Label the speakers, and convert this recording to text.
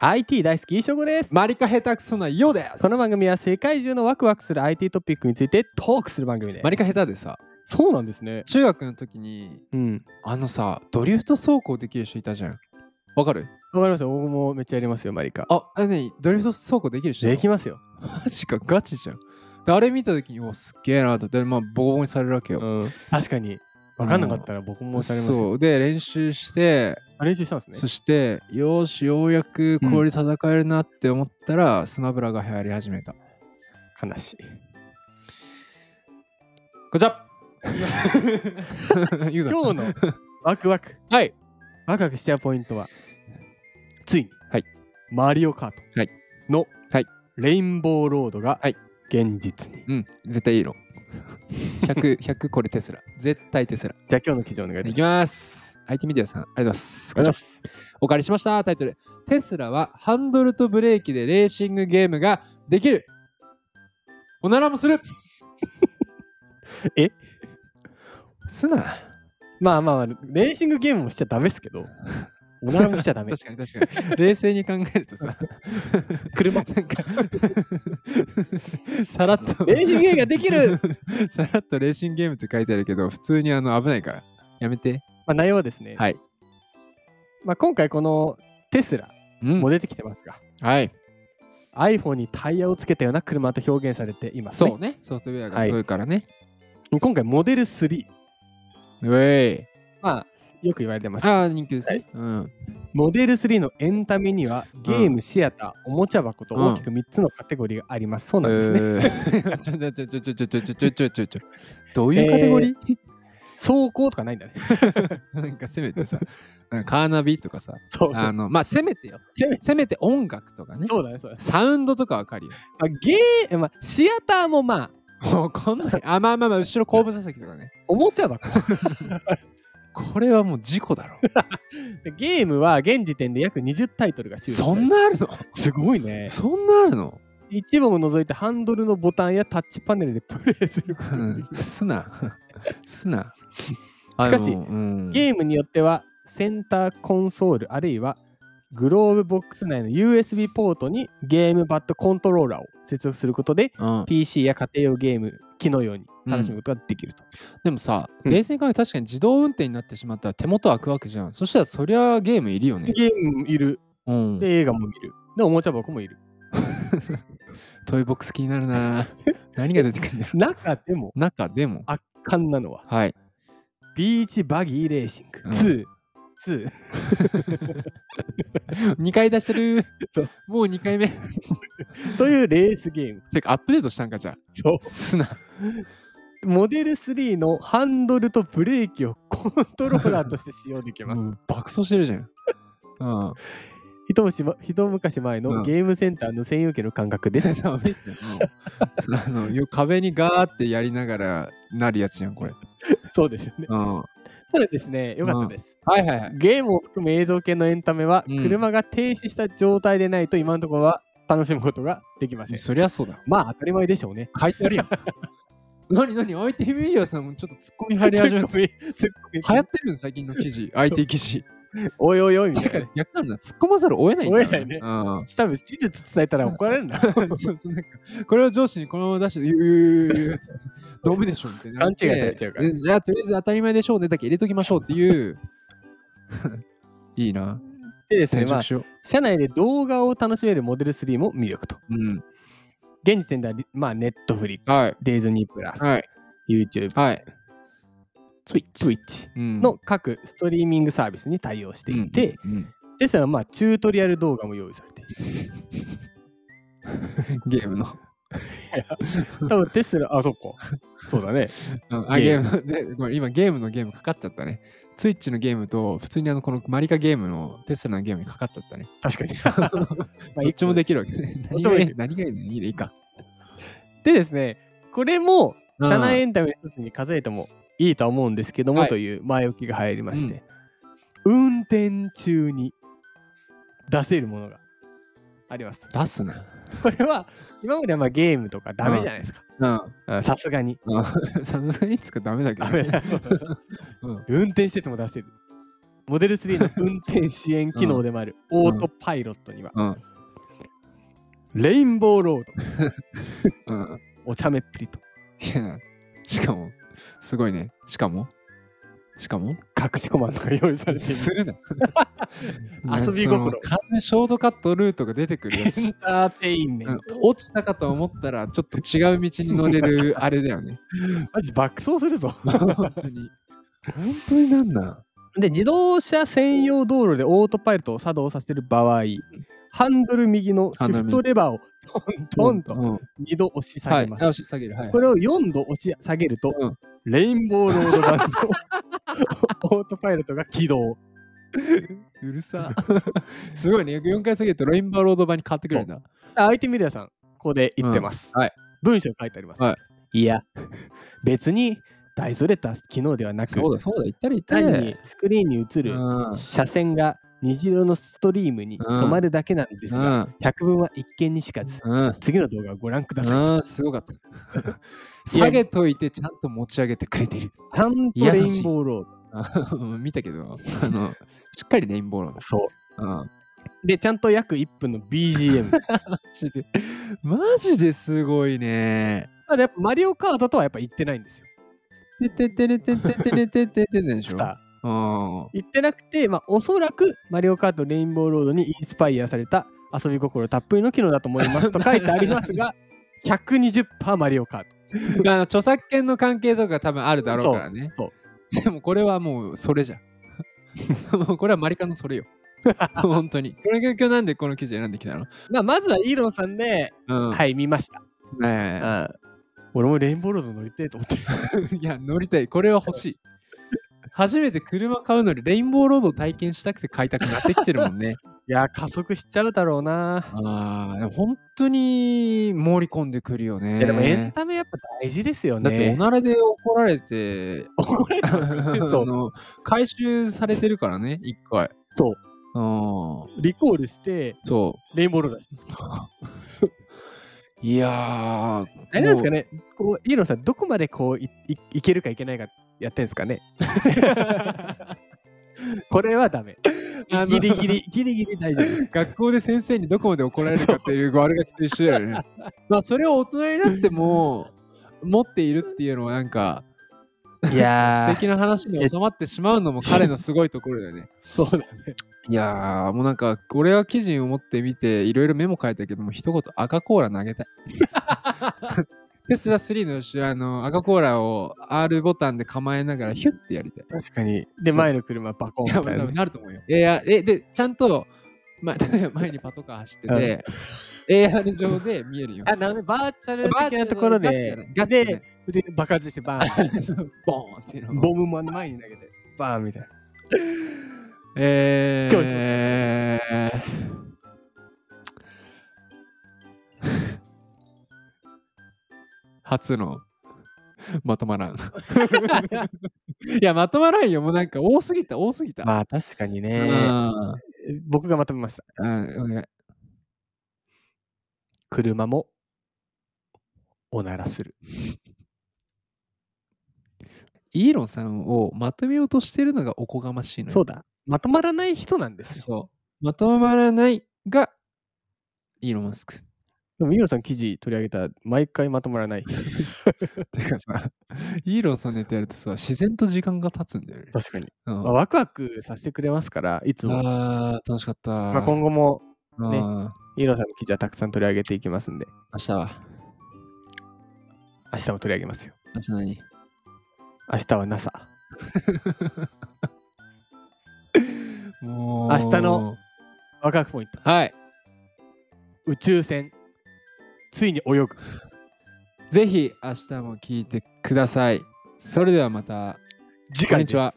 Speaker 1: IT 大好き衣装です
Speaker 2: マリカ下手くそなようです
Speaker 1: この番組は世界中のワクワクする IT トピックについてトークする番組です
Speaker 2: マリカ下手でさ
Speaker 1: そうなんですね
Speaker 2: 中学の時に
Speaker 1: うん
Speaker 2: あのさドリフト走行できる人いたじゃんわかる
Speaker 1: わかりました僕もめっちゃやりますよマリカ
Speaker 2: ああ何ドリフト走行できる人
Speaker 1: できますよ
Speaker 2: マジかガチじゃんであれ見た時におすっげえなとでまあボコボコにされるわけよ、
Speaker 1: うん確かにわかんなかったら僕もされますよ
Speaker 2: そうで練習して
Speaker 1: あ練習したんです
Speaker 2: そ
Speaker 1: ね
Speaker 2: してよーしようやく氷戦えるなって思ったら、スマブラが流行り始めた
Speaker 1: 悲しい
Speaker 2: こちら 言うぞ
Speaker 1: 今日 のワクワク
Speaker 2: はい
Speaker 1: ワクワクしちゃうポイントはついに、
Speaker 2: はい
Speaker 1: マリオカー
Speaker 2: はい
Speaker 1: トの、
Speaker 2: はい
Speaker 1: レインボーロードが
Speaker 2: はい
Speaker 1: 現実に、
Speaker 2: うん絶対 いいの 100, 100これテスラ絶対テスラ
Speaker 1: じゃあ今日の記事お願いし
Speaker 2: い
Speaker 1: ます
Speaker 2: きます相手メディアさんありがとうございます
Speaker 1: ありがとうございます
Speaker 2: お借りしましたタイトルテスラはハンドルとブレーキでレーシングゲームができるおならもする
Speaker 1: え
Speaker 2: すな
Speaker 1: まあまあまあレーシングゲームもしちゃダメですけ どおならもしちゃダメ
Speaker 2: 確かに確かに冷静に考えるとさ
Speaker 1: 車
Speaker 2: なんかさらっと
Speaker 1: レーシングゲームができ る
Speaker 2: さらっとレーシングゲームって書いてあるけど普通にあの危ないからやめて
Speaker 1: まあ内容はですね、
Speaker 2: はい、
Speaker 1: まあ、今回このテスラ
Speaker 2: うん
Speaker 1: も出てきてますが、
Speaker 2: はい
Speaker 1: iPhone にタイヤをつけたような車と表現されています、
Speaker 2: そ
Speaker 1: ね
Speaker 2: う。ねソフトウェア
Speaker 1: は
Speaker 2: が
Speaker 1: い
Speaker 2: そういうからね、
Speaker 1: 今回モデル3、
Speaker 2: うえ
Speaker 1: まあ、よく言われてま
Speaker 2: い
Speaker 1: す。
Speaker 2: ああ人気ですね、うん
Speaker 1: モデル3のエンタメにはゲーム、シアター、おもちゃ箱と
Speaker 2: うん
Speaker 1: 大きく3つのカテゴリーがあります。そうなんですね。
Speaker 2: えー ちょちょちょちょちょちょちょちょちょちょちょどういうカテゴリー、
Speaker 1: 走行とかないんだね。
Speaker 2: なんかせめてさなんかカーナビとかさ
Speaker 1: そうそ
Speaker 2: あ
Speaker 1: う。
Speaker 2: のまあせめてよ
Speaker 1: せめ
Speaker 2: せめて音楽とかね
Speaker 1: そうだね、そうだね。
Speaker 2: サウンドとかわかるよ
Speaker 1: まあ、ゲーまあ、シアターもまあ、
Speaker 2: わかんない。 あ、まあまあまあ、後ろ後部座席とかね。
Speaker 1: おもちゃ箱。
Speaker 2: これはもう事故だろ。
Speaker 1: でゲームは現時点で約20タイトルが収録され
Speaker 2: そ
Speaker 1: て
Speaker 2: んなあるの
Speaker 1: すごいね。
Speaker 2: そんなあるの
Speaker 1: 一部を除いてハンドルのボタンやタッチパネルでプレイすること
Speaker 2: う
Speaker 1: ができる
Speaker 2: ん、すな。すな。
Speaker 1: しかし
Speaker 2: あのうん
Speaker 1: ゲームによってはセンターコンソールあるいはグローブボックス内の USB ポートにゲームバッドコントローラーを接続することで
Speaker 2: うん、
Speaker 1: PC や家庭用ゲーム機のように楽しむことができると。
Speaker 2: でもさ、
Speaker 1: うん
Speaker 2: 冷静に考えて確かに自動運転になってしまったら手元開くわけじゃん。そしたらそりゃゲームいるよね。
Speaker 1: ゲームもいる、
Speaker 2: うん。
Speaker 1: で映画も見る、でおもちゃ箱もいる。
Speaker 2: トイボックス気にな るな。何が出てくるんだろ
Speaker 1: 中でも
Speaker 2: う。中でも。
Speaker 1: 圧巻なのは
Speaker 2: はい。
Speaker 1: ビーチバギーレーシング
Speaker 2: うん
Speaker 1: 2。2
Speaker 2: 2回出してる
Speaker 1: そう。
Speaker 2: もう2回目。
Speaker 1: というレースゲーム。
Speaker 2: てか、アップデートしたんかじゃ
Speaker 1: そう
Speaker 2: あ。すな。
Speaker 1: モデル3のハンドルとブレーキをコントローラーとして使用できます
Speaker 2: も。う爆走してるじゃん。うん。
Speaker 1: 一昔ま一昔前
Speaker 2: う
Speaker 1: の
Speaker 2: ん
Speaker 1: ゲームセンターの専用機の感覚です。
Speaker 2: ダメですよ。あのよ壁にガーってやりながらなるやつじゃん、これ。
Speaker 1: そうですよね。
Speaker 2: うん、は
Speaker 1: ただですね、よかったです。
Speaker 2: いはいはい。
Speaker 1: ゲームを含む映像系のエンタメは、
Speaker 2: うん
Speaker 1: 車が停止した状態でないと今のところは楽しむことができません。
Speaker 2: そりゃそうだ。
Speaker 1: まあ当たり前でしょうね。
Speaker 2: 書いてあるやん。何何 ?IT メディアさんもちょっと突っ込み入り始め た。
Speaker 1: ツッコミツッコミ
Speaker 2: 流行ってるの最近の記事、IT 記事。
Speaker 1: おいおいおいみた
Speaker 2: だ
Speaker 1: いな
Speaker 2: か
Speaker 1: ね
Speaker 2: ら。逆なのだ、突っ込まざるを得ないんだよ
Speaker 1: 追えないね
Speaker 2: うん
Speaker 1: 多分事実伝えたら怒られるんだ。
Speaker 2: そうそうなんかこれを上司にこのまま出して、ゆうゆうゆうゆうってダメでしょみたいな。
Speaker 1: 勘違いされちゃうから
Speaker 2: でじゃあ、とりあえず当たり前でしょうねだけ入れときましょうっていう。いいな。
Speaker 1: でですね、
Speaker 2: 転
Speaker 1: まあ
Speaker 2: 職、しよう。
Speaker 1: 社内で動画を楽しめるモデル3も魅力と。
Speaker 2: うん。
Speaker 1: 現時点ではリ、まあ、ネットフリックス、
Speaker 2: はい。
Speaker 1: ディズニープラス、
Speaker 2: はい。
Speaker 1: YouTube、
Speaker 2: はい。ツイッ
Speaker 1: Twitch
Speaker 2: の
Speaker 1: の各ストリーミングサービスに対応していて、、
Speaker 2: うんうん
Speaker 1: ですからまあチュートリアル動画も用意されて いる。
Speaker 2: ゲームの。
Speaker 1: 多分テスラ、あ、そっか。そう だね。
Speaker 2: うんあ、
Speaker 1: ゲ
Speaker 2: ゲ
Speaker 1: ー
Speaker 2: ーム ので。これ今、ゲームのゲームかかっちゃったね。ツイッチのゲームと、普通にあの、このマリカゲームのテスラのゲームにかかっちゃったね。
Speaker 1: 確か に。 ま
Speaker 2: どっちもで
Speaker 1: き
Speaker 2: きるわけね。
Speaker 1: どっ
Speaker 2: 何
Speaker 1: ちも
Speaker 2: が
Speaker 1: で
Speaker 2: い
Speaker 1: き
Speaker 2: い何がいいのいいねいいか。
Speaker 1: でですね、これも
Speaker 2: うん
Speaker 1: 社内エンタメの一つに数えてもいいとは思うんですけども、
Speaker 2: はい
Speaker 1: という前置きが入りまして、運転中に出せるものがあります。
Speaker 2: 出すな。
Speaker 1: これは今まではまあゲームとかダメじゃないですか。
Speaker 2: うん
Speaker 1: うんさすがに。
Speaker 2: うん。さすがにつくダメだけど
Speaker 1: ダメ
Speaker 2: ね。
Speaker 1: だ。運転してても出せる。モデル3の 運転支援機能でもあるオートパイロットには、
Speaker 2: うん
Speaker 1: レインボーロード、
Speaker 2: うん。
Speaker 1: お茶目っぷりと
Speaker 2: いや、しかも、すごいね。しかも、しかも、
Speaker 1: 隠しコマンドが用意されてい
Speaker 2: す
Speaker 1: る。
Speaker 2: るな。
Speaker 1: 遊び心
Speaker 2: その完全ショートカットルートが出てく るやつ
Speaker 1: エンターテインメン
Speaker 2: う
Speaker 1: ト
Speaker 2: ん。落ちたかと思ったら、ちょっと違う道に乗れるあれだよね。
Speaker 1: マジ爆走するぞ。
Speaker 2: 本当に。本当になんな
Speaker 1: で、自動車専用道路でオートパイロットを作動させる場合、ハンドル右のシフトレバーをトントンと
Speaker 2: うん
Speaker 1: 2度押し下
Speaker 2: は
Speaker 1: げ
Speaker 2: い。
Speaker 1: ます。
Speaker 2: あ下げる。はい。
Speaker 1: これを4度押し下げると、
Speaker 2: うん
Speaker 1: レインボーロード 版のオートパイロットが起動。
Speaker 2: うるさ。すごいね。4回下げるとレインボーロード版に変わってくるんだ。
Speaker 1: 相手ミリアさん、ここで言ってます。
Speaker 2: うんはい。
Speaker 1: 文章に書いてあります。、
Speaker 2: はい
Speaker 1: や、別に大それた機能ではなく、
Speaker 2: そうだ、そうだ。行ったら行った
Speaker 1: 単
Speaker 2: ら。
Speaker 1: にスクリーンに映る
Speaker 2: うん
Speaker 1: 車線が虹色のストリームに染まるだけなんですが、百聞は一見にしかず、
Speaker 2: うん。うん。
Speaker 1: 次の動画をご覧ください。
Speaker 2: うん、すごかった。下げといて、ちゃんと持ち上げてくれてる。
Speaker 1: ちゃんとレインボーロード。
Speaker 2: あ見たけど、あの、しっかりレインボーロード。
Speaker 1: そ
Speaker 2: うん
Speaker 1: う。で、ちゃんと約1分の BGM。た
Speaker 2: マジで、マジですごいね。
Speaker 1: だやっぱマリオカートとはやっぱ言ってないんですよ。
Speaker 2: てててれてててれてててでし
Speaker 1: ス
Speaker 2: ょ。
Speaker 1: タ
Speaker 2: うん
Speaker 1: ー。言ってなくて、まあ、おそらくマリオカートレインボーロードにインスパイアされた遊び心たっぷりの機能だと思います と書いてありますが、120%マリオカート。
Speaker 2: あの著作権の関係とか多分あるだろうからね。
Speaker 1: そう
Speaker 2: でもこれはもうそれじゃん。 もうこれはマリカのそれよ。 本当に。これ今日なんでこの記事選んできたの
Speaker 1: まあ、まずはイーロンさんで、
Speaker 2: うん。い。
Speaker 1: はい、見ました。
Speaker 2: ねえ
Speaker 1: 俺もレインボーロード乗りてえと思って。
Speaker 2: いや、乗りたい。これは欲しい。初めて車買うのにレインボーロードを体験したくて買いたくなってきてるもんね。
Speaker 1: いやー、加速しちゃうだろうな。
Speaker 2: ああ、でも本当に盛り込んでくるよね。
Speaker 1: いや、でもエンタメやっぱ大事ですよね。
Speaker 2: だっておならで怒られて、
Speaker 1: 怒 られた
Speaker 2: あ
Speaker 1: そう
Speaker 2: の回収されてるからね、一回。
Speaker 1: そう
Speaker 2: うん。
Speaker 1: リコールして、
Speaker 2: そ
Speaker 1: レインボーロードだし。
Speaker 2: う。いやー、
Speaker 1: あれなんですかね、こうイーロンさん、どこまでこういいいけるかいけないかやってんですか ね。これはダメ。
Speaker 2: あの
Speaker 1: ギリギリ、ギリギリ大丈夫。
Speaker 2: 学校で先生にどこまで怒られるかっていうあれがきと一緒だよね。まあ、それを大人になっても持っているっていうのはなんか、
Speaker 1: いや
Speaker 2: 素敵な話に収まってしまうのも彼のすごいところだよね。
Speaker 1: そうだね。
Speaker 2: いやー、もうなんか、俺は記事を持ってみて、いろいろメモ書いたけども、一言、赤コーラ投げたい。 テスラ3の後ろ、あの、赤コーラを R ボタンで構えながら、ヒュッてやりたい。
Speaker 1: 確かに。で、
Speaker 2: そう
Speaker 1: 前の車、バコン
Speaker 2: い
Speaker 1: み
Speaker 2: や、
Speaker 1: たい
Speaker 2: 多
Speaker 1: な
Speaker 2: 分
Speaker 1: ね。
Speaker 2: なると思うよ。いや、え、で、ちゃんと、ま、 例えば前にパトカー走ってて、AR 上で見えるよ。
Speaker 1: あ、なるほどバーチャル
Speaker 2: バ
Speaker 1: 的
Speaker 2: ーチャル
Speaker 1: なところ
Speaker 2: ガチじゃ
Speaker 1: で
Speaker 2: ない、ガチじゃない
Speaker 1: で、で爆発してバーン。
Speaker 2: ボーンっていうのを。
Speaker 1: ボムも前に投げて、バーンみたいな。
Speaker 2: え
Speaker 1: 今日
Speaker 2: ー。初のまとまらん。 いや、まとまらんよ。もうなんか多すぎた、多すぎた。
Speaker 1: まあ、確かに
Speaker 2: う
Speaker 1: ね。
Speaker 2: ん
Speaker 1: 僕がまとめました。
Speaker 2: うんお願い
Speaker 1: 車も、おならする。
Speaker 2: イーロンさんをまとめようとしてるのがおこがましいのよ
Speaker 1: そうだ。まとまらない人なんですよ。
Speaker 2: そう。まとまらないが、イーロン・マスク。
Speaker 1: でも、イーロンさん記事取り上げたら、毎回まとまらない。
Speaker 2: てかさ、イーロンさんネタやるとさ、自然と時間が経つんだよね。
Speaker 1: 確かに。
Speaker 2: うん
Speaker 1: まあワクワクさせてくれますから、いつも。
Speaker 2: あー楽しかった。
Speaker 1: まあ、今後もね
Speaker 2: うん
Speaker 1: イーロンさんの記事はたくさん取り上げていきますんで、
Speaker 2: 明日は
Speaker 1: 明日も取り上げますよ。
Speaker 2: 明日何
Speaker 1: 明日は NASA。
Speaker 2: も
Speaker 1: う明日の。ワクワクポイント。
Speaker 2: はい。
Speaker 1: 宇宙船。ついに泳ぐ。
Speaker 2: ぜひ明日も聞いてください。それではまた。
Speaker 1: 次
Speaker 2: こんにちは。